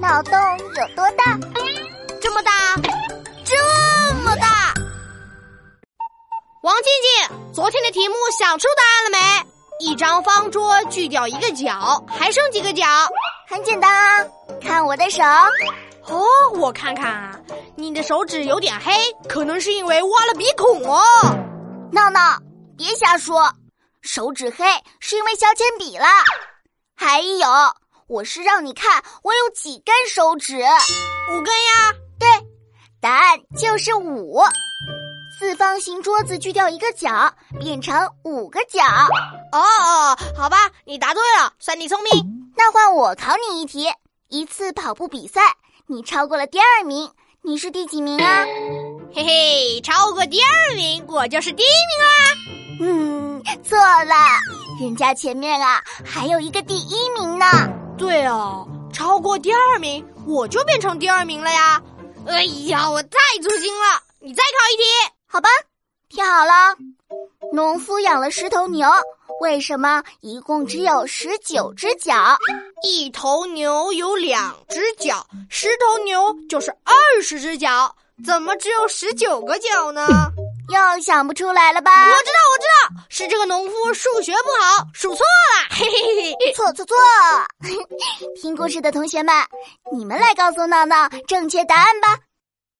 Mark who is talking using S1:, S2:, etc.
S1: 脑洞有多大？
S2: 这么大，这么大。王静静，昨天的题目想出答案了没？一张方桌锯掉一个角，还剩几个角？
S1: 很简单啊，看我的手。
S2: 哦，我看看啊，你的手指有点黑，可能是因为挖了鼻孔哦。
S1: 闹闹，别瞎说，手指黑是因为削铅笔了。还有，我是让你看我有几根手指，
S2: 五根呀。
S1: 对，答案就是五。四方形桌子锯掉一个角，变成五个角。
S2: 哦哦，好吧，你答对了，算你聪明。
S1: 那换我考你一题：一次跑步比赛，你超过了第二名，你是第几名啊？
S2: 嘿嘿，超过第二名，我就是第一
S1: 名啦。嗯，错了，人家前面啊还有一个第一名呢。
S2: 对哦，超过第二名，我就变成第二名了呀。哎呀，我太粗心了，你再考一题，
S1: 好吧？听好了，农夫养了十头牛，为什么一共只有十九只脚？
S2: 一头牛有两只脚，十头牛就是二十只脚。怎么只有十九个角 呢？
S1: 又想不出来了吧？
S2: 我知道，我知道，是这个农夫数学不好，数错了。嘿嘿
S1: 嘿，错错错！听故事的同学们，你们来告诉闹闹正确答案吧。